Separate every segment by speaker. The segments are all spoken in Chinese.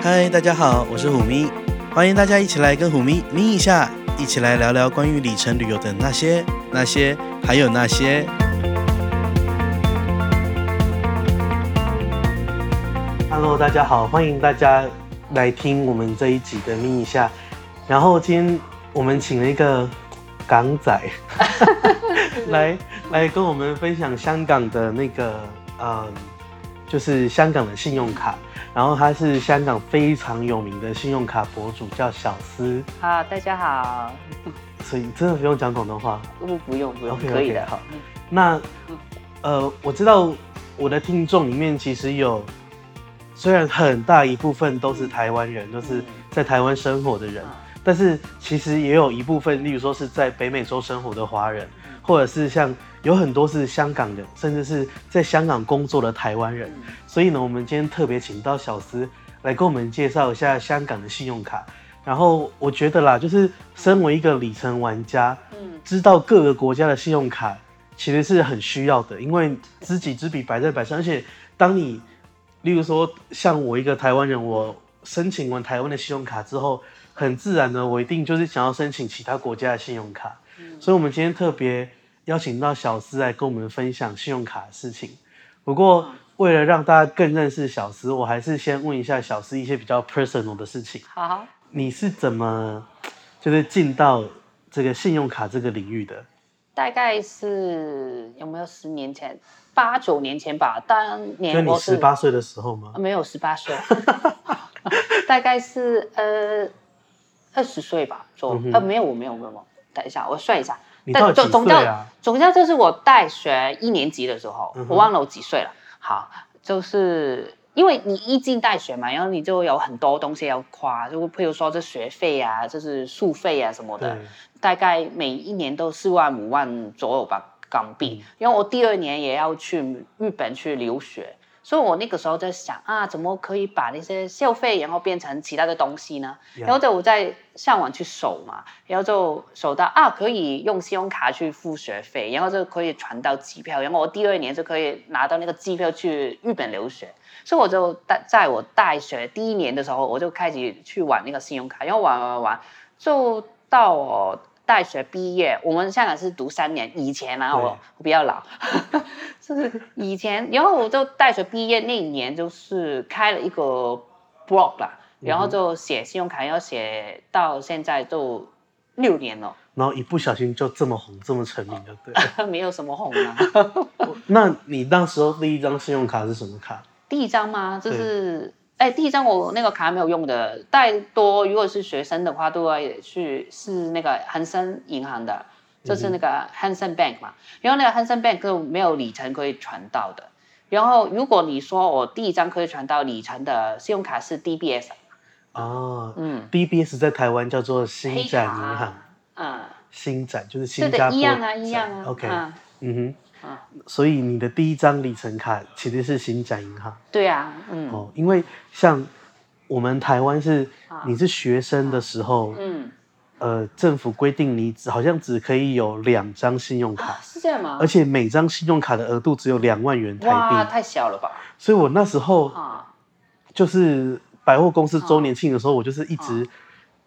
Speaker 1: 嗨，大家好，我是虎咪，欢迎大家一起来跟虎咪咪一下，一起来聊聊关于里程旅游的那些、那些，还有那些。Hello，大家好，欢迎大家来听我们这一集的咪一下。然后今天我们请了一个港仔来来跟我们分享香港的那个呃，就是香港的信用卡。然后他是香港非常有名的信用卡博主，叫小思，
Speaker 2: 好，啊大家好，
Speaker 1: 所以真的不用讲广东话。
Speaker 2: 不不用不用
Speaker 1: OK，OK，
Speaker 2: 可以的。
Speaker 1: 好
Speaker 2: 嗯
Speaker 1: 那呃，我知道我的听众里面其实有，虽然很大一部分都是台湾人，都是在台湾生活的人，但是其实也有一部分，例如说是在北美洲生活的华人，或者是像有很多是香港人，甚至是在香港工作的台湾人。
Speaker 2: 嗯
Speaker 1: 所以呢，我们今天特别请到小司来跟我们介绍一下香港的信用卡。然后我觉得啦，就是身为一个里程玩家，
Speaker 2: 嗯，
Speaker 1: 知道各个国家的信用卡其实是很需要的，因为知己知彼，百战百胜。而且当你，例如说像我一个台湾人，我申请完台湾的信用卡之后，很自然的，我一定就是想要申请其他国家的信用卡。所以，我们今天特别邀请到小司来跟我们分享信用卡的事情。不过，为了让大家更认识小司，我还是先问一下小司一些比较 personal 的事情。
Speaker 2: 好，
Speaker 1: 你是怎么就是进到这个信用卡这个领域的？
Speaker 2: 大概是有没有十年前，八九年前吧，当
Speaker 1: 就
Speaker 2: 年
Speaker 1: 你
Speaker 2: 我
Speaker 1: 十
Speaker 2: 是
Speaker 1: 八岁的时候吗
Speaker 2: 呃？没有十 八岁，大概是呃二十岁吧左
Speaker 1: 嗯哼
Speaker 2: 呃没有我没有没有，没有等一下我算一下，
Speaker 1: 你
Speaker 2: 但
Speaker 1: 到底
Speaker 2: 总
Speaker 1: 几
Speaker 2: 总
Speaker 1: 岁
Speaker 2: 之
Speaker 1: 啊？
Speaker 2: 总之就是我大学一年级的时候，
Speaker 1: 嗯哼
Speaker 2: 我忘了我几岁了。好，就是因为你一进大学嘛，然后你就有很多东西要花，就譬如说这学费啊，就是宿费啊什么的
Speaker 1: 对，，
Speaker 2: 大概每一年都四万五万左右吧港
Speaker 1: 嗯。
Speaker 2: 币因为我第二年也要去日本去留学，所以我那个时候在想啊，怎么可以把那些消费然后变成其他的东西呢？
Speaker 1: 呀
Speaker 2: 然后就我在上网去搜嘛，然后就搜到啊，可以用信用卡去付学费，然后就可以传到机票，然后我第二年就可以拿到那个机票去日本留学，所以我就大在我大学第一年的时候，我就开始去玩那个信用卡，然后玩玩玩，就到我大学毕业，我们香港是读三年，以前啊，
Speaker 1: 对
Speaker 2: 我我比较老，就是以前，然后我就大学毕业那一年，就是开了一个 blog 啦，
Speaker 1: 嗯哼
Speaker 2: 然后就写信用卡，要写到现在都六年了，
Speaker 1: 然后一不小心就这么红，这么成名了。对，
Speaker 2: 没有什么红啊。
Speaker 1: 那你那时候第一张信用卡是什么卡？
Speaker 2: 第一张吗？就是哎，第一张我那个卡没有用的，太多。如果是学生的话，都会去是那个恒生银行的，就是
Speaker 1: 嗯
Speaker 2: 那个 Hanson Bank 嘛。然后那个 Hanson Bank 就没有里程可以传到的。然后如果你说我第一张可以传到里程的信用卡是 DBS，
Speaker 1: 哦
Speaker 2: 嗯，
Speaker 1: ，DBS 在台湾叫做新
Speaker 2: 黑
Speaker 1: 展
Speaker 2: 卡
Speaker 1: 银行，
Speaker 2: 嗯，
Speaker 1: 新展就是新
Speaker 2: 对
Speaker 1: 加
Speaker 2: 的，
Speaker 1: 坡
Speaker 2: 一样啊，
Speaker 1: 展
Speaker 2: 一样啊。
Speaker 1: OK，
Speaker 2: 嗯
Speaker 1: 嗯哼
Speaker 2: 嗯，
Speaker 1: 所以你的第一张里程卡其实是新展银行。
Speaker 2: 对啊，嗯
Speaker 1: 哦，因为像我们台湾是
Speaker 2: 啊
Speaker 1: 你是学生的时候，
Speaker 2: 嗯，
Speaker 1: 呃，政府规定你只好像只可以有两张信用
Speaker 2: 啊
Speaker 1: 卡，，
Speaker 2: 是这样吗
Speaker 1: 而？且每张信用卡的额度只有两万元
Speaker 2: 哇，
Speaker 1: 台币，
Speaker 2: 太小了吧？
Speaker 1: 所以我那时候
Speaker 2: 啊，
Speaker 1: 就是百货公司周年庆的时候，我就是一直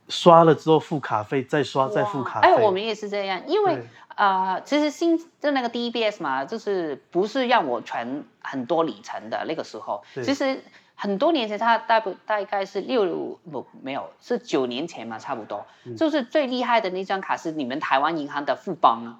Speaker 1: 刷了之后付卡费，再刷再付
Speaker 2: 哇
Speaker 1: 卡费。
Speaker 2: 哎，我们也是这样，因为
Speaker 1: 对。
Speaker 2: 啊，其实新就那个 DBS 嘛，就是不是让我存很多里程的那个时候，
Speaker 1: 对
Speaker 2: 其实很多年前，它大不大概是六不没有是九年前嘛，差不多，
Speaker 1: 嗯
Speaker 2: 就是最厉害的那张卡是你们台湾银行的富邦啊，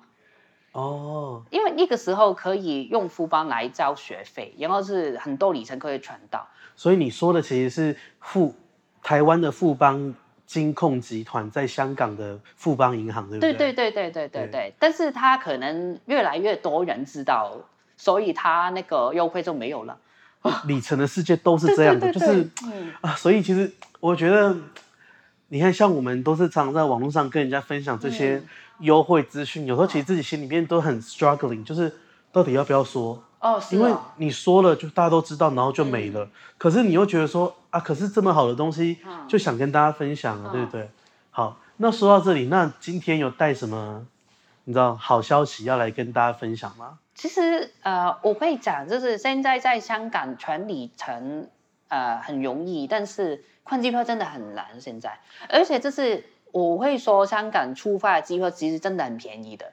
Speaker 1: 哦，
Speaker 2: 因为那个时候可以用富邦来交学费，然后是很多里程可以存到，
Speaker 1: 所以你说的其实是富台湾的富邦金控集团在香港的富邦银行，对不
Speaker 2: 对
Speaker 1: 对
Speaker 2: 对对对对对
Speaker 1: 对
Speaker 2: 对，但是它可能越来越多人知道，所以它那个优惠就没有了，
Speaker 1: 里程的世界都是这样的，
Speaker 2: 对对
Speaker 1: 就
Speaker 2: 对
Speaker 1: 是
Speaker 2: 对嗯
Speaker 1: 啊，所以其实我觉得，你看，像我们都是常在网络上跟人家分享这些
Speaker 2: 嗯
Speaker 1: 优惠资讯，有时候其实自己心里面都很 struggling，就是到底要不要说？
Speaker 2: 哦是嗯
Speaker 1: 因为
Speaker 2: 哦
Speaker 1: 你说了，就大家都知道，然后就没了。可是你又觉得说啊，可是这么好的东西，
Speaker 2: 嗯
Speaker 1: 就想跟大家分享啊，
Speaker 2: 嗯
Speaker 1: 对不对？好，那说到这里，那今天有带什么？你知道好消息要来跟大家分享吗？
Speaker 2: 其实呃，我会讲，就是现在在香港传里程呃很容易，但是换机票真的很难现在，而且这是我会说香港出发的机票其实真的很便宜的，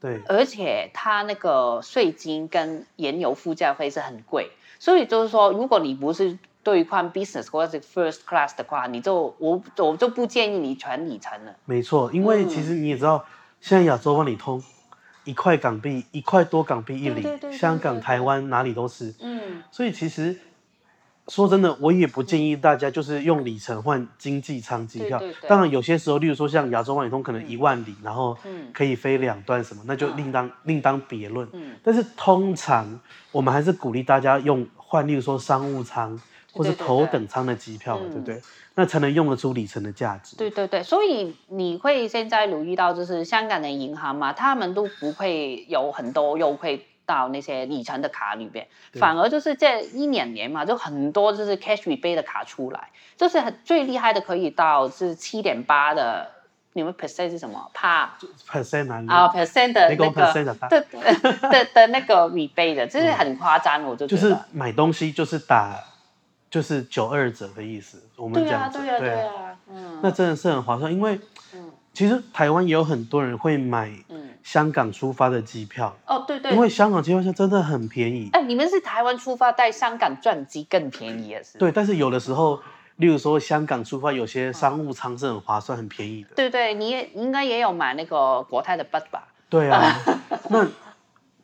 Speaker 1: 对，
Speaker 2: 而且它那个税金跟燃油附加费是很贵，所以就是说，如果你不是对换 business 或者是 first class 的话，你就我我就不建议你全里程了。
Speaker 1: 没错，因为
Speaker 2: 嗯
Speaker 1: 其实你也知道，现在亚洲万里通一块港币一块多港币一
Speaker 2: 对对对
Speaker 1: 里，
Speaker 2: 对
Speaker 1: 香港、
Speaker 2: 对对
Speaker 1: 台湾哪里都是，
Speaker 2: 嗯，
Speaker 1: 所以其实说真的，我也不建议大家就是用里程换经济舱机票。
Speaker 2: 对对对
Speaker 1: 当然，有些时候，例如说像亚洲万里通，可能
Speaker 2: 嗯
Speaker 1: 一万里，然后
Speaker 2: 嗯
Speaker 1: 可以飞两段什么，那就
Speaker 2: 嗯
Speaker 1: 另当、另当别论。
Speaker 2: 嗯
Speaker 1: 但是通常我们还是鼓励大家用换，例如说商务舱或是
Speaker 2: 对对对
Speaker 1: 头等舱的机票嘛，
Speaker 2: 嗯
Speaker 1: 对不对？那才能用得出里程的价值。
Speaker 2: 对对对，所以你会现在留意到，就是香港的银行嘛，他们都不会有很多优惠到那些里程的卡里边，
Speaker 1: 对
Speaker 2: 反而就是这一两年嘛，就很多就是 cash rebate 的卡出来，就是很最厉害的可以到是七点八的，你们 percent 是什么？帕
Speaker 1: percent 哪里？
Speaker 2: 啊 percent 的
Speaker 1: 你
Speaker 2: 那
Speaker 1: 讲嗯 percent
Speaker 2: 个
Speaker 1: 的吧
Speaker 2: 的的的的那个 rebate 的，就是很夸张，我就
Speaker 1: 嗯
Speaker 2: 觉
Speaker 1: 就
Speaker 2: 得。
Speaker 1: 是买东西就是打就是九二折的意思，我们
Speaker 2: 对
Speaker 1: 这
Speaker 2: 啊，
Speaker 1: 样子。
Speaker 2: 对啊，
Speaker 1: 对
Speaker 2: 对啊，嗯，
Speaker 1: 那真的是很划算，因为
Speaker 2: 嗯
Speaker 1: 其实台湾也有很多人会买
Speaker 2: 嗯，
Speaker 1: 香港出发的机票，
Speaker 2: 哦，对对，
Speaker 1: 因为香港机票现在真的很便宜。
Speaker 2: 哎，你们是台湾出发带香港转机更便宜了，是？
Speaker 1: 对，但是有的时候，例如说香港出发，有些商务舱是很划算、很便宜的。
Speaker 2: 对对，你也应该也有买那个国泰的 b u 吧？
Speaker 1: 对啊， 那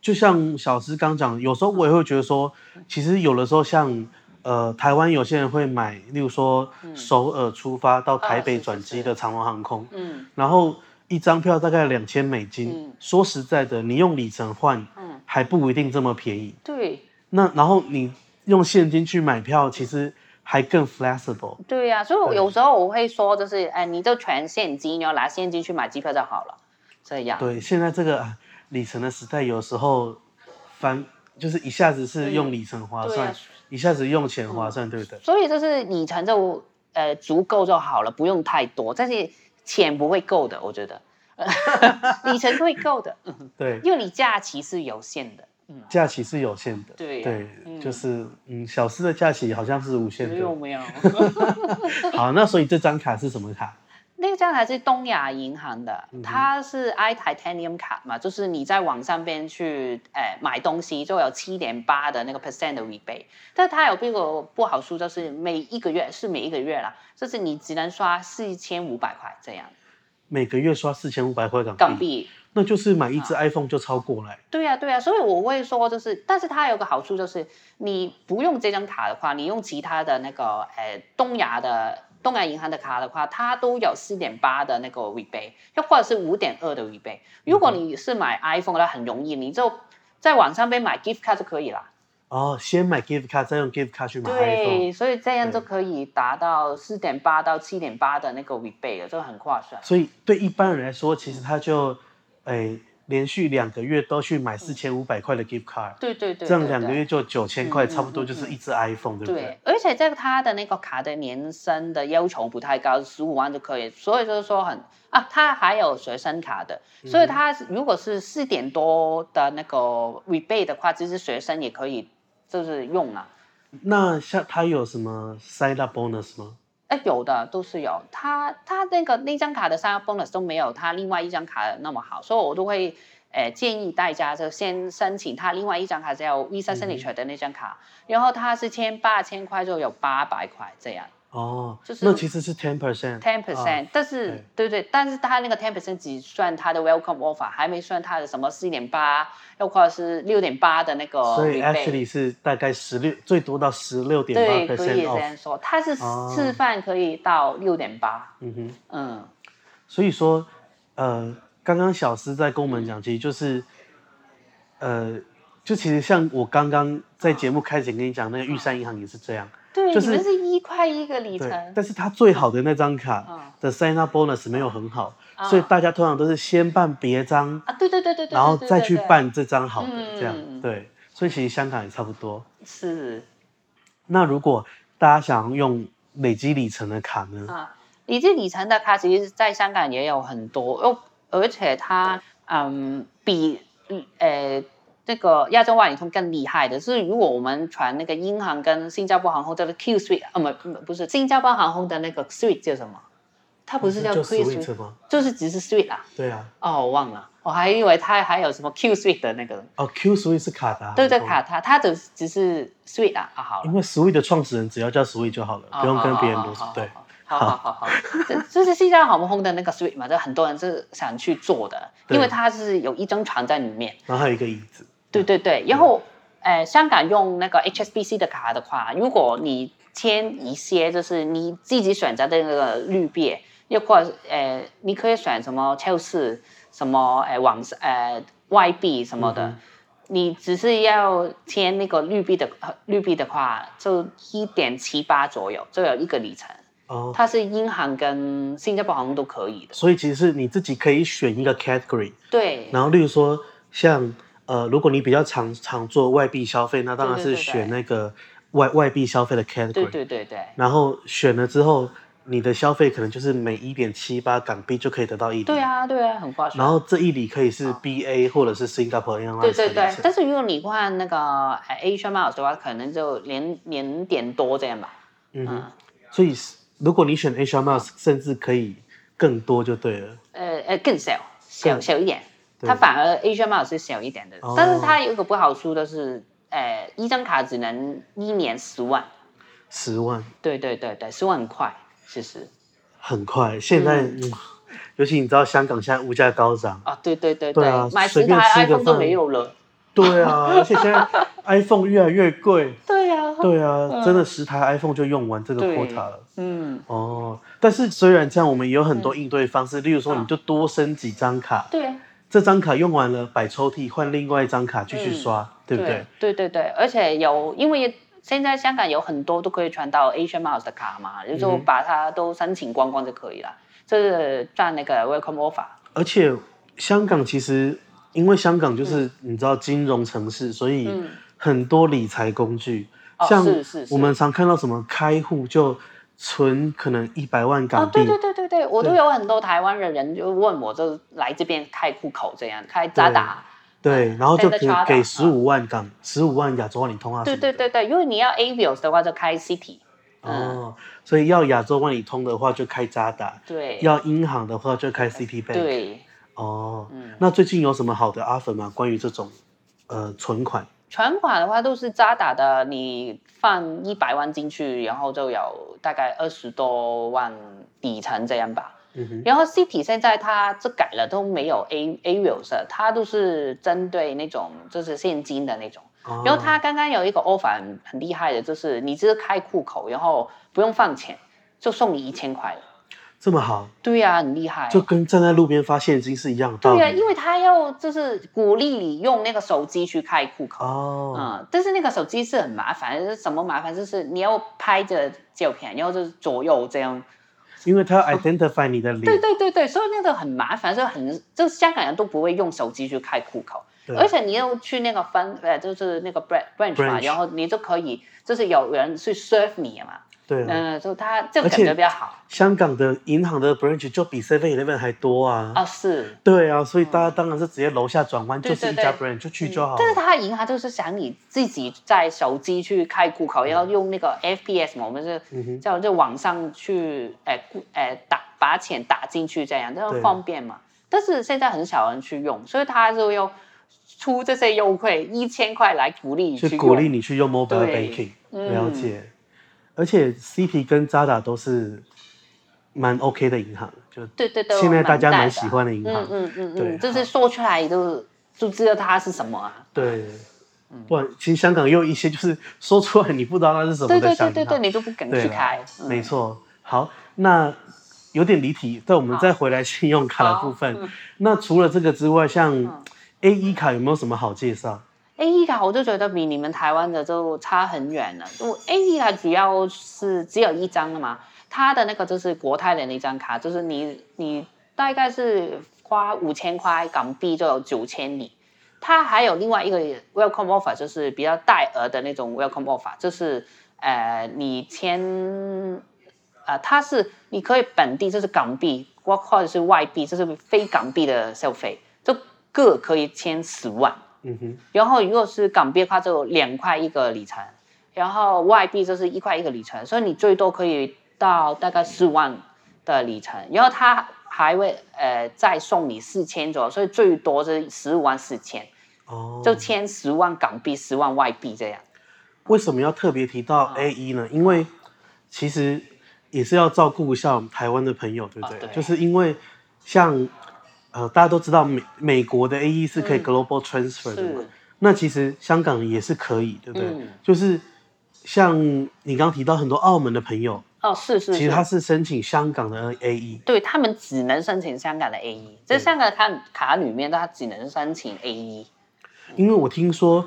Speaker 1: 就像小诗刚讲，有时候我也会觉得说，其实有的时候像呃台湾有些人会买，例如说首尔出发到台北
Speaker 2: 嗯啊是是
Speaker 1: 转机
Speaker 2: 是
Speaker 1: 的长龙航空，
Speaker 2: 嗯
Speaker 1: 然后一张票大概两千美金。
Speaker 2: 嗯
Speaker 1: 说实在的，你用里程换
Speaker 2: 嗯，
Speaker 1: 还不一定这么便宜。
Speaker 2: 对
Speaker 1: 那然后你用现金去买票，其实还更 flexible。
Speaker 2: 对呀、所以我
Speaker 1: 对
Speaker 2: 有时候我会说，就是哎，你就全现金，然后拿现金去买机票就好了，这样。
Speaker 1: 对，现在这个啊里程的时代，有时候翻就是一下子是用里程划
Speaker 2: 对
Speaker 1: 算，
Speaker 2: 啊
Speaker 1: 一下子用钱划算，对不对？
Speaker 2: 所以就是里程就呃足够就好了，不用太多，但是钱不会够的，我 觉得，里程会够的，
Speaker 1: 对，
Speaker 2: 因为你假期是有限的。嗯，
Speaker 1: 假期是有限的。
Speaker 2: 对呀嗯
Speaker 1: 就是嗯，小四的假期好像是无限
Speaker 2: 没有
Speaker 1: 的。
Speaker 2: 没有。
Speaker 1: 好，那所以这张卡是什么卡？
Speaker 2: 那张还是东亚银行的，它是 i titanium 卡嘛，就是你在网上边去诶、呃买东西就有七点八的那个 percent 的 rebate，但它有这个不好处就是每一个月是每一个月啦，就是你只能刷四千五百块这样
Speaker 1: 每个月刷四千五百块港币，
Speaker 2: 港币。
Speaker 1: 那就是买一只 iPhone 就超过来。
Speaker 2: 对呀、啊对呀、所以我会说就是，但是它有个好处就是，你不用这张卡的话，你用其他的那个呃东亚的东亚银行的卡的话，它都有四点八的那个 rebate，又或者是五点二的 rebate。如
Speaker 1: 嗯
Speaker 2: 果你是买 iPhone 的话，很容易，你就在网上边买 gift card 就可以啦。
Speaker 1: 哦，先买 gift card，再用 gift card 去买 iPhone，
Speaker 2: 对，所以这样就
Speaker 1: 对
Speaker 2: 可以达到四点八到七点八的那个 rebate 了，就很划算。
Speaker 1: 所以对一般人来说，其实他就，诶、连续两个月都去买四千五百块的 gift card，
Speaker 2: 对对对，
Speaker 1: 这样
Speaker 2: 对
Speaker 1: 两个
Speaker 2: 对
Speaker 1: 月就九千块，
Speaker 2: 嗯嗯
Speaker 1: 差不多就是一只 iPhone，对不对？
Speaker 2: 对，而且这个它的那个卡的年生的要求不太高，十五万就可以，所以就是说很啊，它还有学生卡的，
Speaker 1: 嗯
Speaker 2: 所以它如果是四点多的那个 rebate 的话，其实学生也可以就是用啊。
Speaker 1: 那像它有什么 side up bonus 吗？
Speaker 2: 哎，有的都是有，它它那个那张卡的三个 bonus 都没有它另外一张卡那么好，所以我都会呃建议大家就先申请它另外一张卡叫 Visa
Speaker 1: 嗯
Speaker 2: Signature 的那张卡，然后它是千八千块就有八百块这样。
Speaker 1: 哦，
Speaker 2: 就是
Speaker 1: 那其实是 ten percent。
Speaker 2: ten
Speaker 1: 啊
Speaker 2: percent，但是对对，但是他那个 ten percent 只算他的 welcome offer，还没算他的什么四点八，又或者是六点八的那个
Speaker 1: 所以
Speaker 2: rebate。
Speaker 1: actually 是大概十六，最多到十六点
Speaker 2: 对，
Speaker 1: 八
Speaker 2: 可以
Speaker 1: percent
Speaker 2: 这
Speaker 1: off。
Speaker 2: 样说，他是
Speaker 1: 哦
Speaker 2: 示范可以到六点八，
Speaker 1: 嗯哼，
Speaker 2: 嗯，
Speaker 1: 所以说，呃，刚刚小诗在跟我们讲，其实就是，呃，就其实像我刚刚在节目开始跟你讲，那个玉山银行也是这样，
Speaker 2: 对，
Speaker 1: 就是
Speaker 2: 你们是一块一个里
Speaker 1: 对
Speaker 2: 程。，
Speaker 1: 但是它最好的那张卡
Speaker 2: 嗯
Speaker 1: 的 sign up bonus 没有很好，
Speaker 2: 嗯
Speaker 1: 所以大家通常都是先办别张，
Speaker 2: 啊，对对对对对，
Speaker 1: 然后
Speaker 2: 对
Speaker 1: 再去，
Speaker 2: 对
Speaker 1: 办这张好的，
Speaker 2: 嗯
Speaker 1: 这样对。所以其实香港也差不多。
Speaker 2: 对对是
Speaker 1: 那如果大家想要用累积里程的卡呢？
Speaker 2: 啊，以及里程的卡，其实在香哦港也有很多，又而且它嗯比嗯呃那个亚洲万里通更厉害的是，如果我们传那个英航跟新加坡航空的 Q Suite 啊，不不是新加坡航空的那个 Suite 叫什么？它不是叫
Speaker 1: 就
Speaker 2: Q
Speaker 1: Sweet
Speaker 2: Suite，
Speaker 1: 吗？
Speaker 2: 就是只是 Suite 啊。
Speaker 1: 对啊，
Speaker 2: 哦，我忘了，我还以为它还有什么 Q Suite 的那个，
Speaker 1: 哦，Q Sweet 是卡达，
Speaker 2: 对对，卡它它的只是 Suite 啊。啊，好了
Speaker 1: 因。为 Sweet 的创始人只要叫 Sweet 就好了，
Speaker 2: 哦
Speaker 1: 不用跟别人啰嗦。对，，
Speaker 2: 好好好 好，这这是新加坡航空的那个 suite 嘛，就很多人是想去做的，因为它是有一张床在里面。
Speaker 1: 然后还有一个椅子，
Speaker 2: 对对对，然后呃，香港用那个 HSBC 的卡的话，如果你签一些就是你自己选择的那个绿别，又或者呃，你可以选什么 Chelsea 什么呃网呃外币什么的。
Speaker 1: 嗯
Speaker 2: 你只是要签那个绿币的绿币的话，就一点七八左右，就有一个里程。
Speaker 1: 哦，
Speaker 2: 它是英航跟新加坡航空都可以的。
Speaker 1: 所以其实是你自己可以选一个 category，
Speaker 2: 对，
Speaker 1: 然后例如说像呃，如果你比较常常做外币消费，那当然
Speaker 2: 对
Speaker 1: 是
Speaker 2: 对对对
Speaker 1: 选那个外外币消费的 category。
Speaker 2: 对对对对
Speaker 1: 然后选了之后，你的消费可能就是每一点七八港币就可以得到一里。
Speaker 2: 对。啊对啊，很划算。
Speaker 1: 然后这一里可以是 BA 或者是 Singapore Airlines
Speaker 2: 对
Speaker 1: 的
Speaker 2: 对
Speaker 1: 里
Speaker 2: 对，
Speaker 1: 程
Speaker 2: 但是如果你换那个呃 Asia Miles 的话，可能就连连点多这样吧。
Speaker 1: 嗯哼
Speaker 2: 嗯，
Speaker 1: 所以如果你选 Asia Miles，甚至可以更多就对了。
Speaker 2: 呃呃更小小
Speaker 1: 更
Speaker 2: 小一点，
Speaker 1: 对
Speaker 2: 它反而 Asia Miles 是小一点的
Speaker 1: 哦，
Speaker 2: 但是它有一个不好处的是，呃一张卡只能一年十万。
Speaker 1: 十万
Speaker 2: 对对对对，十万很快，其实
Speaker 1: 很快，现在、嗯尤其你知道香港现在物价高涨，
Speaker 2: 啊，对对对
Speaker 1: 对啊
Speaker 2: 买
Speaker 1: 随
Speaker 2: 十
Speaker 1: 便
Speaker 2: 台
Speaker 1: 吃个
Speaker 2: iPhone 都
Speaker 1: 饭
Speaker 2: 没有了。
Speaker 1: 对 啊，而且现在 iPhone 越来越贵，
Speaker 2: 对呀、啊，
Speaker 1: 对啊，真的十台 iPhone 就用完这个
Speaker 2: 对
Speaker 1: quota 了。
Speaker 2: 嗯。
Speaker 1: 哦，但是虽然这样，我们也有很多应对方式，例如说
Speaker 2: 嗯
Speaker 1: 你就多升几张卡，
Speaker 2: 对啊，
Speaker 1: 这张卡用完了摆抽屉，换另外一张卡继续刷，对不对？？
Speaker 2: 嗯对对对，而且有，因为现在香港有很多都可以传到 Asian Miles 的卡嘛，也就
Speaker 1: 嗯
Speaker 2: 是
Speaker 1: 哼
Speaker 2: 把它都申请光光就可以了，就是赚那个 Welcome Offer。
Speaker 1: 而且香港其实，因为香港就是你知道金融城市，所以
Speaker 2: 嗯
Speaker 1: 很多理财工具，
Speaker 2: 哦
Speaker 1: 像
Speaker 2: 是是是
Speaker 1: 我们常看到什么开户就存可能一百万
Speaker 2: 哦
Speaker 1: 港，币，
Speaker 2: 对对对对对，我都
Speaker 1: 对
Speaker 2: 有很多台湾的人就问我，就来这边开户口这样开渣打。
Speaker 1: 对然后就
Speaker 2: 在
Speaker 1: 给
Speaker 2: 那 Chada，
Speaker 1: 给
Speaker 2: 啊
Speaker 1: 十五万港十五万亚洲万里通啊什
Speaker 2: 对
Speaker 1: 么的，
Speaker 2: 对对对，因为你要 Avios 的话就开 City。嗯，
Speaker 1: 哦，所以要亚洲万里通的话就开渣打，
Speaker 2: 对。
Speaker 1: 要银行的话就开 CT Bank。
Speaker 2: 对。
Speaker 1: 哦，
Speaker 2: 嗯
Speaker 1: 那最近有什么好的 offer 吗？关于这种呃存款？
Speaker 2: 存款的话都是渣打的，你放一百万进去，然后就有大概二十多万底层这样吧。
Speaker 1: 嗯哼，
Speaker 2: 然后 City 现在它这改了都没有 A A r i l s 它都是针对那种就是现金的那种。
Speaker 1: 哦
Speaker 2: 然后它刚刚有一个 offer 很很厉害的，就是你只是开户口，然后不用放钱，就送你一千块了。
Speaker 1: 这么好，
Speaker 2: 对呀、很厉害。
Speaker 1: 就跟站在路边发现金是一样的道
Speaker 2: 对
Speaker 1: 理。
Speaker 2: 呀、因为他要就是鼓励你用那个手机去开户口。
Speaker 1: 哦，
Speaker 2: 嗯，但是那个手机是很麻烦，是什么麻烦？就是你要拍着照片，然后就是左右这样。
Speaker 1: 因为它要 identify 你的脸，
Speaker 2: 哦对对对对，所以那个很麻烦，所以很就是香港人都不会用手机去开户口，
Speaker 1: 对
Speaker 2: 而且你要去那个分呃，就是那个 branch branch 嘛，
Speaker 1: Branch
Speaker 2: 然后你就可以就是有人去 serve 你嘛，
Speaker 1: 对啊
Speaker 2: 嗯、就他这
Speaker 1: 而
Speaker 2: 个
Speaker 1: 且
Speaker 2: 感觉比较好
Speaker 1: 香港的银行的 branch 就比 Seven Eleven 还多啊。
Speaker 2: 啊，是。
Speaker 1: 对啊，所以大家当然是直接楼下转弯，
Speaker 2: 对
Speaker 1: 就是一
Speaker 2: 对
Speaker 1: 家
Speaker 2: 对
Speaker 1: branch 就去就好
Speaker 2: 但是
Speaker 1: 了。
Speaker 2: 他银行就是想你自己在手机去开户口，要用那个 FPS 嘛，我们是
Speaker 1: 嗯哼，
Speaker 2: 叫就网上去，哎、顾哎、打把钱打进去这样，这
Speaker 1: 对
Speaker 2: 样方便嘛。但是现在很少人去用，所以他就要出这些优惠，一千块来鼓励你去
Speaker 1: 去
Speaker 2: 用。
Speaker 1: 鼓励你去用 mobile
Speaker 2: 对
Speaker 1: banking，
Speaker 2: 嗯
Speaker 1: 了解。而且 CP 跟渣打都是蛮 OK 的银行，就
Speaker 2: 对对对，
Speaker 1: 现在
Speaker 2: 蛮
Speaker 1: 大家
Speaker 2: 大
Speaker 1: 蛮
Speaker 2: 的
Speaker 1: 喜欢的银行
Speaker 2: 嗯。嗯嗯
Speaker 1: 对
Speaker 2: 嗯，就
Speaker 1: 好
Speaker 2: 是说出来就就知道它是什么啊。
Speaker 1: 对，不然其实香港也有一些就是说出来你不知道它是什
Speaker 2: 对
Speaker 1: 么
Speaker 2: 对
Speaker 1: 的小
Speaker 2: 对
Speaker 1: 银
Speaker 2: 对对，
Speaker 1: 行。
Speaker 2: 你都不敢
Speaker 1: 对啊
Speaker 2: 去
Speaker 1: 啦
Speaker 2: 开。嗯
Speaker 1: 没错。好，那有点离题，但我们
Speaker 2: 好
Speaker 1: 再回来信用卡的部分。那除了这个之外，
Speaker 2: 嗯
Speaker 1: 像 A 一卡有没有什么好介绍？
Speaker 2: A E 卡我就觉得比你们台湾的就差很远了。我 A E 卡主要是只有一张的嘛，它的那个就是国泰的那张卡，就是你你大概是花五千块港币就有九千里。它还有另外一个 welcome offer，就是比较大额的那种 welcome offer，就是呃你签呃它是你可以本地就是港币或或者是外币，就是非港币的消费，就各可以签十万。
Speaker 1: 嗯哼，
Speaker 2: 然后如果是港币的话，就两块一个里程，然后外币就是一块一个里程，所以你最多可以到大概四万的里程，然后他还会呃再送你四千左右，所以最多是十五万四千，
Speaker 1: 哦，
Speaker 2: 就千十万港币、十万外币这样。
Speaker 1: 为什么要特别提到
Speaker 2: 嗯
Speaker 1: A 一呢？因为其实也是要照顾一下我们台湾的朋友，对不对？
Speaker 2: 啊对
Speaker 1: 就是因为像呃，大家都知道美美国的 A 一是可以
Speaker 2: 嗯
Speaker 1: global transfer 的嘛，
Speaker 2: 是，
Speaker 1: 那其实香港也是可以，对不对？
Speaker 2: 嗯
Speaker 1: 就是像你刚提到很多澳门的朋友，
Speaker 2: 哦，是是是。
Speaker 1: 其实他是申请香港的 A E，一，
Speaker 2: 对他们只能申请香港的 A 一，这
Speaker 1: 对
Speaker 2: 香港的卡卡里面，它只能申请 A 一。
Speaker 1: 因为我听说，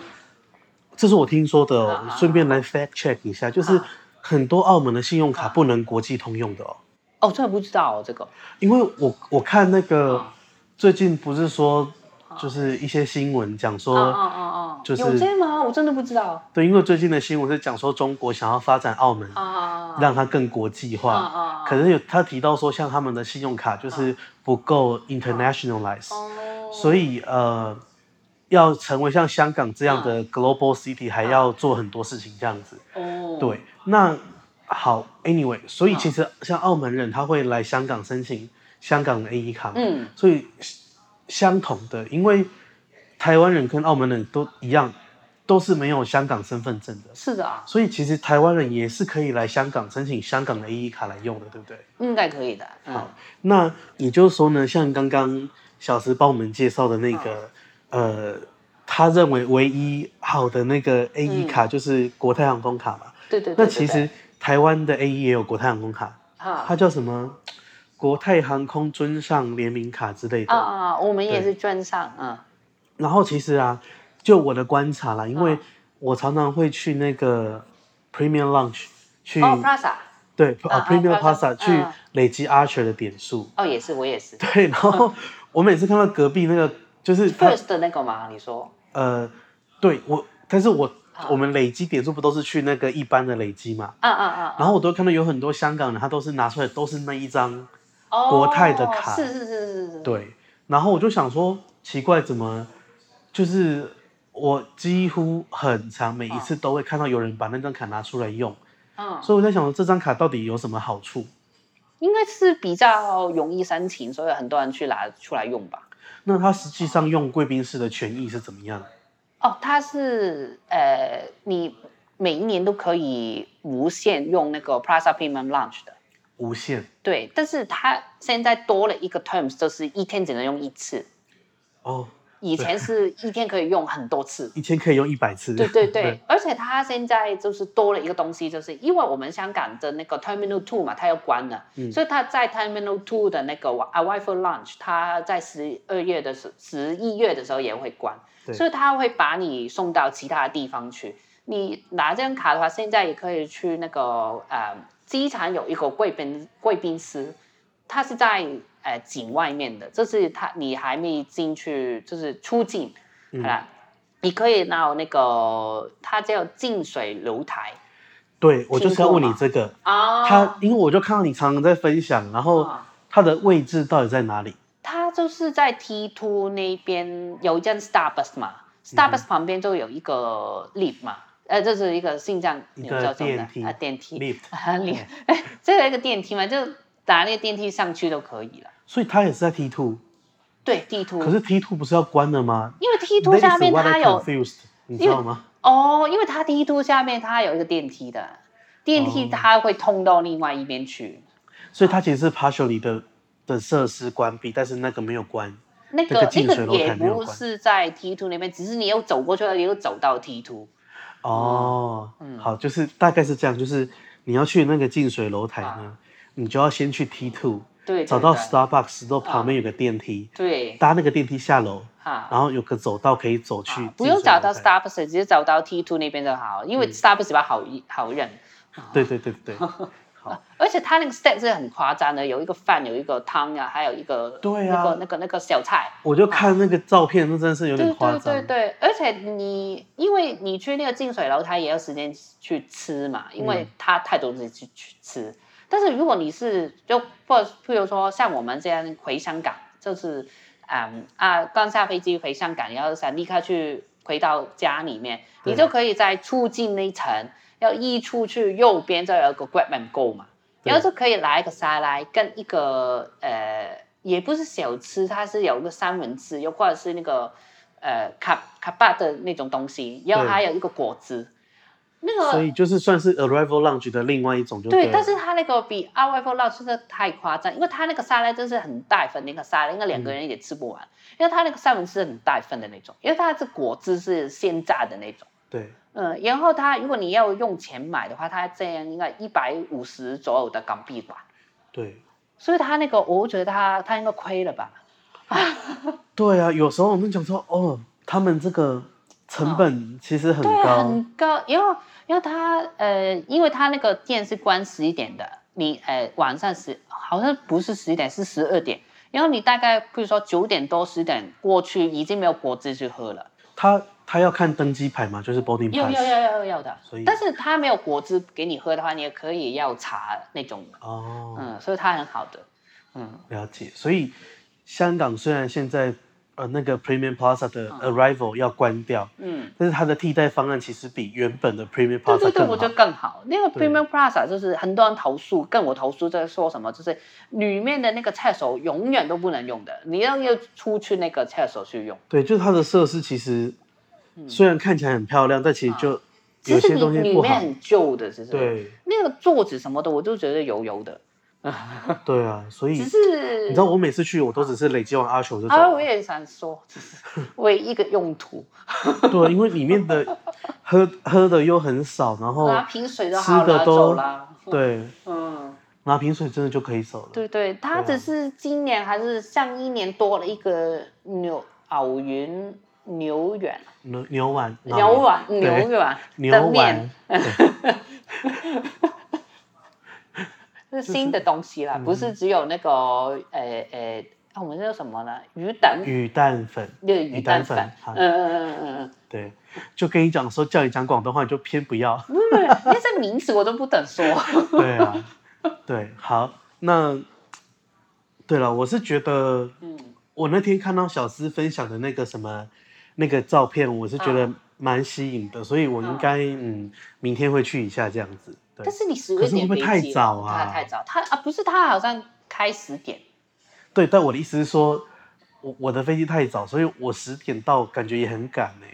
Speaker 1: 这是我听说的哦
Speaker 2: 啊，
Speaker 1: 顺便来 fact check 一下，就是
Speaker 2: 啊
Speaker 1: 很多澳门的信用卡不能国际通用的哦。
Speaker 2: 哦，这个不知道哦，这个
Speaker 1: 因为我我看那个
Speaker 2: 啊
Speaker 1: 最近不是说，就是一些新闻讲
Speaker 2: 哦哦
Speaker 1: 说，
Speaker 2: 哦哦，
Speaker 1: 就是
Speaker 2: 有这样吗？我真的不知道
Speaker 1: 对，因为最近的新闻是讲说中国想要发展澳门，
Speaker 2: 啊。
Speaker 1: 让它更国际化。
Speaker 2: 啊
Speaker 1: 可是有他提到说，像他们的信用卡就是不够 internationalize，
Speaker 2: 嗯哦，
Speaker 1: 所以呃，要成为像香港这样
Speaker 2: 嗯
Speaker 1: 的 global city，还要做很多事情这样子。
Speaker 2: 哦，
Speaker 1: 对，那好，anyway，所以
Speaker 2: 嗯
Speaker 1: 其实像澳门人他会来香港申请香港的 A 一卡嘛，
Speaker 2: 嗯
Speaker 1: 所以相同的，因为台湾人跟澳门人都一样，都是没有香港身份证的，
Speaker 2: 是的啊，
Speaker 1: 所以其实台湾人也是可以来香港申请香港的 A 一卡来用的，对不对？
Speaker 2: 应该可以的。嗯，
Speaker 1: 那也就是说呢，像刚刚小石帮我们介绍的那个，
Speaker 2: 嗯
Speaker 1: 呃，他认为唯一好的那个 A 一
Speaker 2: 嗯
Speaker 1: 卡就是国泰航空卡嘛。
Speaker 2: 对对对。
Speaker 1: 那
Speaker 2: 对
Speaker 1: 其
Speaker 2: 对
Speaker 1: 实台湾的 A 一也有国泰航空卡，
Speaker 2: 啊
Speaker 1: 它叫什么？国泰航空尊上联名卡之类
Speaker 2: 啊
Speaker 1: 的。
Speaker 2: 啊，我们也是专上，嗯
Speaker 1: 然后其实啊，就我的观察啦，因为
Speaker 2: 啊
Speaker 1: 我常常会去那个 Premium Lounge 去
Speaker 2: 哦，Plaza，
Speaker 1: 对
Speaker 2: 啊
Speaker 1: 啊
Speaker 2: 啊
Speaker 1: Premium
Speaker 2: Plaza，
Speaker 1: Plaza 去
Speaker 2: 嗯
Speaker 1: 累积 Archer 的点数。
Speaker 2: 哦，也是，我 也是
Speaker 1: 对，然
Speaker 2: 嗯
Speaker 1: 后我每次看到隔壁那个就是他
Speaker 2: ，First 的那个嘛，你说
Speaker 1: 呃，对我，但是我
Speaker 2: 啊
Speaker 1: 我们累积点数不都是去那个一般的累积嘛？
Speaker 2: 啊啊啊
Speaker 1: 然后我都看到有很多香港人，他都是拿出来都是那一张。
Speaker 2: 啊，哦
Speaker 1: 国泰的卡
Speaker 2: 是是是是是，
Speaker 1: 对，然后我就想说，奇怪，怎么就是我几乎很长每一次都会看到有人把那张卡拿出来用，
Speaker 2: 嗯，
Speaker 1: 所以我在想，这张卡到底有什么好处？
Speaker 2: 应该是比较容易申请，所以很多人去拿出来用吧。
Speaker 1: 那它实际上用贵宾室的权益是怎么样？
Speaker 2: 哦，它是呃，你每一年都可以无限用那个 Plaza Premium Lounge 的，
Speaker 1: 无限
Speaker 2: 对。但是它现在多了一个 terms，就是一天只能用一次，
Speaker 1: 哦，
Speaker 2: 以前是一天可以用很多 次。
Speaker 1: 一天可以用一百次。
Speaker 2: 对 对对，而且它现在就是多了一个东西，就是因为我们香港的那个 Terminal Two 嘛，它要关了，
Speaker 1: 嗯
Speaker 2: 所以它在 Terminal Two 的那个 a w i f e Lunch，它在十二月的时十一月的时候也会关，
Speaker 1: 对
Speaker 2: 所以它会把你送到其他地方去。你拿这张卡的话，现在也可以去那个呃机场有一个贵宾贵宾室，它是在呃井外面的，就是它你还没进去，就是出境，好
Speaker 1: 嗯
Speaker 2: 啦，你可以到那个它叫净水楼台
Speaker 1: 对，我就是要问你
Speaker 2: 听过吗
Speaker 1: 这个，
Speaker 2: 啊
Speaker 1: 它哦因为我就看到你常常在分享，然后
Speaker 2: 啊
Speaker 1: 它的位置到底在哪里？
Speaker 2: 它就是在 T two 那边有一间 Starbucks
Speaker 1: 嗯
Speaker 2: 嘛，Starbucks 旁边就有一个 lift 嘛，呃，这是一个信箱，
Speaker 1: 一
Speaker 2: 你
Speaker 1: 个
Speaker 2: 们叫什么
Speaker 1: 电梯
Speaker 2: 的啊？电梯
Speaker 1: lift
Speaker 2: 啊 lift，哎， 这有一个电梯嘛，就打那个电梯上去就可以了。
Speaker 1: 所以它也是在 T two，
Speaker 2: 对，T two，
Speaker 1: 可是 T two 不是要关了吗？
Speaker 2: 因为嗯 T two
Speaker 1: That
Speaker 2: 下
Speaker 1: is
Speaker 2: 面
Speaker 1: what
Speaker 2: 它
Speaker 1: I
Speaker 2: 有
Speaker 1: confused，你
Speaker 2: 因为
Speaker 1: 知道吗？
Speaker 2: 哦，因为它 T two 下面它有一个电梯的，电梯
Speaker 1: 哦
Speaker 2: 它会通到另外一边去。
Speaker 1: 所以它其实是 partially 的的设施关闭，但是那个没有关。
Speaker 2: 那
Speaker 1: 那个
Speaker 2: 个那
Speaker 1: 进水
Speaker 2: 个
Speaker 1: 楼
Speaker 2: 也
Speaker 1: 台没有
Speaker 2: 不
Speaker 1: 关
Speaker 2: 是在 T two 那边，只是你又走过去了，你又走到 T two。
Speaker 1: 哦，
Speaker 2: 嗯
Speaker 1: 好，就是大概是这样，就是你要去那个近水楼台呢，你就要先去 T two，
Speaker 2: 啊对，
Speaker 1: 找到
Speaker 2: 对啊
Speaker 1: Starbucks 之后旁边有个电梯，
Speaker 2: 对
Speaker 1: 搭那个电梯下楼，
Speaker 2: 哈，
Speaker 1: 然后有个走道可以走去。
Speaker 2: 啊不用找到
Speaker 1: 近水楼台
Speaker 2: Starbucks，直接找到 T two 那边就好，因
Speaker 1: 嗯
Speaker 2: 为 Starbucks 比较好好认。
Speaker 1: 对对对 对对，好，
Speaker 2: 而且它那个 stat 是很夸张的，有一个饭，有一个汤啊，还有一个
Speaker 1: 对
Speaker 2: 那个
Speaker 1: 啊
Speaker 2: 那个那个小菜，
Speaker 1: 我就看那个照片，那真是有点
Speaker 2: 对
Speaker 1: 夸
Speaker 2: 对
Speaker 1: 张
Speaker 2: 对。对，而且你因为你去那个近水楼，它也要时间去吃嘛，因
Speaker 1: 嗯
Speaker 2: 为它太多东西去去吃。但是如果你是就或譬如说像我们这样回香港，就是嗯啊刚下飞机回香港，然后想立刻去回到家里面，
Speaker 1: 对
Speaker 2: 你就可以在出境那一层要移出去右边，就有一个 Grab and Go 嘛，
Speaker 1: 对
Speaker 2: 然后就可以拿一个沙拉跟一个呃，也不是小吃，它是有一个三文治，又或者是那个呃卡卡巴的那种东西，然后
Speaker 1: 对
Speaker 2: 还有一个果汁，那个
Speaker 1: 所以就是算是 arrival lounge 的另外一种就
Speaker 2: 对，
Speaker 1: 了
Speaker 2: 但是它那个比 R Y f o Love 真的太夸张，因为它那个沙拉真是很大一份的一个沙拉，应该两个人也吃不完，因为它那个三文治是很大一份的那种，因为它是果汁是现榨的那种。
Speaker 1: 对
Speaker 2: 嗯，然后它如果你要用钱买的话，它这样应该一百五十左右的港币吧，
Speaker 1: 对
Speaker 2: 所以它那个我觉得它它应该亏了吧。
Speaker 1: 对啊，有时候我们讲说哦，他们这个成本其实很
Speaker 2: 嗯对，啊
Speaker 1: 高，
Speaker 2: 很高。因为因为他呃，因为他那个店是关十一点的，你呃晚上十好像不是十一点，是十二点。然后你大概比如说九点多十点过去，已经没有果汁去喝了，
Speaker 1: 他他要看登机牌嘛，就是 boarding
Speaker 2: 要
Speaker 1: pass，
Speaker 2: 要要要要的
Speaker 1: 所以。
Speaker 2: 但是他没有果汁给你喝的话，你也可以要茶那种，
Speaker 1: 哦，
Speaker 2: 嗯，所以它很好的，嗯，
Speaker 1: 了解。所以香港虽然现在呃那个 Premium Plaza 的
Speaker 2: 嗯
Speaker 1: arrival 要关掉，
Speaker 2: 嗯。
Speaker 1: 但是它的替代方案其实比原本的 Premium
Speaker 2: 对
Speaker 1: Plaza
Speaker 2: 对对，
Speaker 1: 更
Speaker 2: 我
Speaker 1: 好。
Speaker 2: 觉得更好。那个
Speaker 1: 对
Speaker 2: Premium Plaza 就是很多人投诉，跟我投诉在说什么，就是里面的那个厕所永远都不能用的，你要要出去那个厕所去用。
Speaker 1: 对，就是它的设施其实
Speaker 2: 嗯
Speaker 1: 虽然看起来很漂亮，但其实
Speaker 2: 啊
Speaker 1: 就有
Speaker 2: 其实
Speaker 1: 些
Speaker 2: 里
Speaker 1: 东西
Speaker 2: 里
Speaker 1: 不
Speaker 2: 面
Speaker 1: 好。
Speaker 2: 很旧的，其实
Speaker 1: 对
Speaker 2: 那个桌子什么的，我都觉得油油的。
Speaker 1: 对啊，所以
Speaker 2: 只
Speaker 1: 你
Speaker 2: 是
Speaker 1: 知道我每次去我都只是累积完阿球就走
Speaker 2: 啊，我
Speaker 1: 了。
Speaker 2: 也想说， 只是为一个用 途，
Speaker 1: 对，因为里面的 喝喝的又很少，然后
Speaker 2: 拿瓶水就
Speaker 1: 哦吃
Speaker 2: 好了，
Speaker 1: 的
Speaker 2: 走
Speaker 1: 都
Speaker 2: 了。
Speaker 1: 对
Speaker 2: 嗯。
Speaker 1: 拿瓶水真的就可以走了。
Speaker 2: 对对，
Speaker 1: 对
Speaker 2: 它
Speaker 1: 啊
Speaker 2: 只是今年还是上一年多了一个牛藕云牛远
Speaker 1: 牛牛丸，
Speaker 2: 牛丸
Speaker 1: 啊对
Speaker 2: 牛丸
Speaker 1: 牛
Speaker 2: 的面
Speaker 1: 丸，，
Speaker 2: 是新的东西啦，不
Speaker 1: 嗯
Speaker 2: 是只有那个呃呃，啊我们叫什么呢？鱼蛋
Speaker 1: 鱼蛋粉，
Speaker 2: 那个鱼蛋粉
Speaker 1: 鱼蛋粉，
Speaker 2: 嗯嗯嗯嗯嗯
Speaker 1: 对，就跟你讲说叫你讲广东话，你就偏不要。
Speaker 2: 不是，不是，这名字我都不等 说。
Speaker 1: 对 啊，对，好，那对了，我是觉得
Speaker 2: 嗯，
Speaker 1: 我那天看到小司分享的那个什么那个照片，我是觉
Speaker 2: 嗯
Speaker 1: 得蛮吸引的，所以我应该嗯明天会去一下这样子。对
Speaker 2: 但，是你十
Speaker 1: 可
Speaker 2: 二
Speaker 1: 是会
Speaker 2: 点
Speaker 1: 不会
Speaker 2: 飞
Speaker 1: 太
Speaker 2: 机
Speaker 1: 早
Speaker 2: 了
Speaker 1: 啊
Speaker 2: 太太早，他啊不是他好像开十点，
Speaker 1: 对，但我的意思是说，我我的飞机太早，所以我十点到，感觉也很赶哎、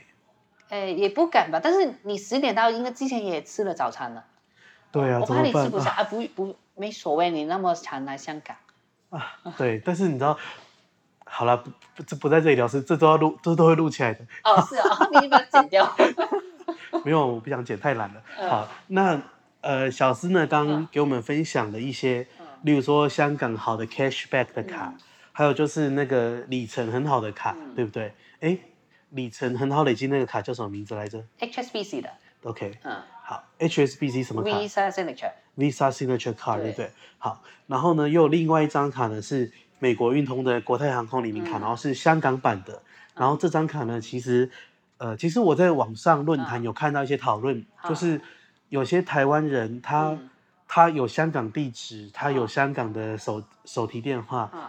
Speaker 2: 呃也不敢吧，但是你十点到应该之前也吃了早餐了。
Speaker 1: 对啊，
Speaker 2: 我
Speaker 1: 怎
Speaker 2: 怕
Speaker 1: 么
Speaker 2: 你吃
Speaker 1: 办
Speaker 2: 不
Speaker 1: 啊
Speaker 2: 下啊，不不，没所谓，你那么常来 香港，
Speaker 1: 对，但是你知道，好了，不不这不在这里聊，是这都要录，这都会录起来的。
Speaker 2: 哦 是啊，你把它剪掉，
Speaker 1: 没有，我不想剪，太懒了。
Speaker 2: 嗯
Speaker 1: 好，那呃，小司呢，刚
Speaker 2: 嗯
Speaker 1: 给我们分享了一些，
Speaker 2: 嗯
Speaker 1: 例如说香港好的 cashback 的卡，
Speaker 2: 嗯
Speaker 1: 还有就是那个里程很好的卡，
Speaker 2: 嗯
Speaker 1: 对不对？哎，里程很好累积那个卡叫什么名字来着
Speaker 2: HSBC 的，
Speaker 1: ？OK，
Speaker 2: 嗯
Speaker 1: 好，HSBC 什么卡
Speaker 2: ，Visa Signature，
Speaker 1: ？Visa Signature Card，对
Speaker 2: 对
Speaker 1: 不对？好，然后呢，又有另外一张卡呢是美国运通的国泰航空联名卡，
Speaker 2: 嗯
Speaker 1: 然后是香港版的。然后这张卡呢，其实，呃，其实我在网上论
Speaker 2: 嗯
Speaker 1: 坛有看到一些讨论，
Speaker 2: 啊
Speaker 1: 就是有些台湾人他、
Speaker 2: 嗯
Speaker 1: 他有香港地址，他有
Speaker 2: 啊
Speaker 1: 香港的手手提电话，
Speaker 2: 嗯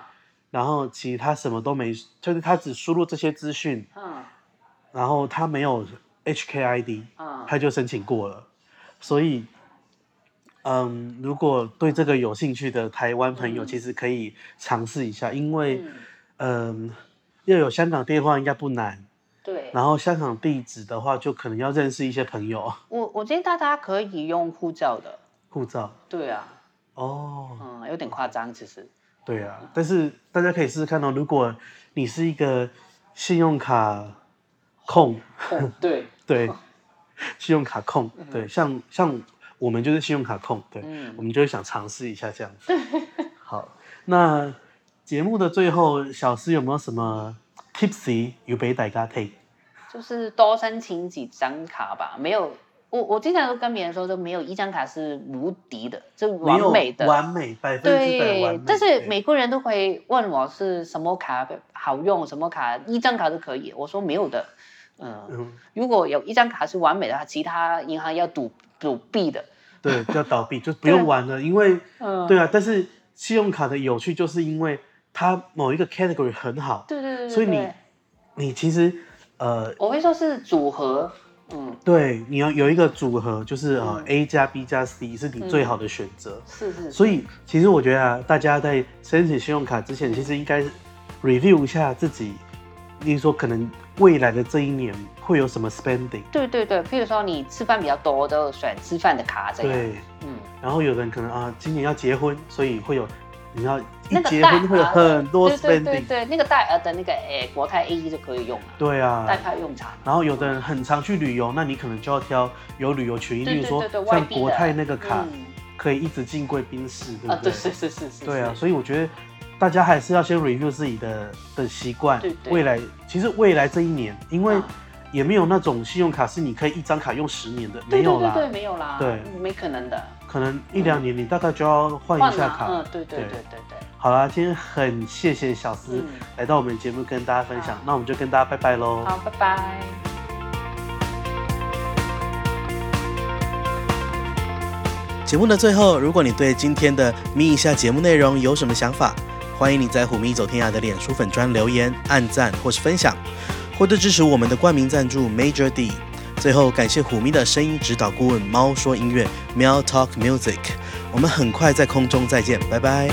Speaker 1: 然后其实他什么都没，就是他只输入这些资讯，
Speaker 2: 嗯
Speaker 1: 然后他没有 HKID，
Speaker 2: 嗯，
Speaker 1: 他就申请过了。所以，嗯，如果对这个有兴趣的台湾朋友，
Speaker 2: 嗯
Speaker 1: 其实可以尝试一下，因为，
Speaker 2: 嗯
Speaker 1: 嗯，要有香港电话应该不难，
Speaker 2: 对，
Speaker 1: 然后香港地址的话，就可能要认识一些朋友，
Speaker 2: 我我建议大家可以用护照的，
Speaker 1: 护照。
Speaker 2: 对啊，
Speaker 1: 哦，
Speaker 2: 嗯，有点夸张其 实，
Speaker 1: 对啊，但是大家可以试试看哦。如果你是一个信用卡控，
Speaker 2: 哦嗯对，
Speaker 1: 对，信用卡控，对，像像我们就是信用卡控，对，我
Speaker 2: 嗯，
Speaker 1: 们就会想尝试一下这样子。好，那节目的最后，小诗有没有什么 tipsy 有俾大家听？
Speaker 2: 就是多申请几张卡吧，没有。我我经常都跟别人说，就没有一张卡是无敌的，就
Speaker 1: 没有
Speaker 2: 完美的，
Speaker 1: 完美，百分之百完
Speaker 2: 对
Speaker 1: 美。，
Speaker 2: 但是
Speaker 1: 对
Speaker 2: 每个人都会问我是什么卡好用，什么卡一张卡都可以。我说没有的，嗯，
Speaker 1: 嗯，
Speaker 2: 如果有一张卡是完美的，其他银行要赌赌币的。
Speaker 1: 对，要倒闭就不用玩了，因为
Speaker 2: 啊嗯，
Speaker 1: 对啊，但是信用卡的有趣就是因为它某一个 category 很好，
Speaker 2: 对对对对
Speaker 1: 所以你
Speaker 2: 对
Speaker 1: 你其实呃，
Speaker 2: 我会说是组合，嗯，
Speaker 1: 对你有有一个组合，就是呃
Speaker 2: 嗯
Speaker 1: A 加 B 加 C 是你最好的选择。
Speaker 2: 是是，
Speaker 1: 所以其实我觉得啊，大家在申请信用卡之前，其实应该 review 一下自己，例如说可能未来的这一年会有什么 spending，
Speaker 2: 对对对，譬如说你吃饭比较多，都选吃饭的卡这样，
Speaker 1: 对，
Speaker 2: 嗯，
Speaker 1: 然后有人可能啊今年要结婚，所以会有你要
Speaker 2: 那
Speaker 1: 一
Speaker 2: 个
Speaker 1: 结
Speaker 2: 带
Speaker 1: 婚会有
Speaker 2: 啊
Speaker 1: 很多
Speaker 2: 对对对
Speaker 1: spending，
Speaker 2: 对，那个带额的那个诶国泰 A 一就可以用了，
Speaker 1: 对啊
Speaker 2: 带。派用场。
Speaker 1: 然后有的人很常去旅游，那你可能就要挑有旅游群益，例
Speaker 2: 对
Speaker 1: 如
Speaker 2: 对
Speaker 1: 说
Speaker 2: 对对，外
Speaker 1: 像
Speaker 2: 币的
Speaker 1: 国泰那个卡
Speaker 2: 嗯
Speaker 1: 可以一直进贵宾室，对
Speaker 2: 啊，
Speaker 1: 不对？
Speaker 2: 对是是是是，
Speaker 1: 对啊，
Speaker 2: 是
Speaker 1: 所以我觉得大家还是要先 review 自己的的习惯
Speaker 2: 对。对
Speaker 1: 未来其实未来这一年，因为
Speaker 2: 嗯
Speaker 1: 也没有那种信用卡是你可以一张卡用十年的，
Speaker 2: 对
Speaker 1: 没有
Speaker 2: 对
Speaker 1: 啦。
Speaker 2: 对对，没有啦，
Speaker 1: 对
Speaker 2: 嗯没可能的，
Speaker 1: 可能一两年你大概就要换一下
Speaker 2: 啦
Speaker 1: 卡。
Speaker 2: 嗯，对对
Speaker 1: 对
Speaker 2: 对对对，
Speaker 1: 好啦，今天很谢谢小思
Speaker 2: 嗯
Speaker 1: 来到我们节目跟大家分享
Speaker 2: 好，
Speaker 1: 那我们就跟大家拜拜喽。
Speaker 2: 好，拜拜。
Speaker 3: 节目的最后，如果你对今天的咪一下节目内容有什么想法，欢迎你在虎咪走天涯的脸书粉专留言、按赞或是分享，或者支持我们的冠名赞助 Major D。最后，感谢虎咪的声音指导顾问猫说音乐 Meow Talk Music。我们很快在空中再见，拜拜。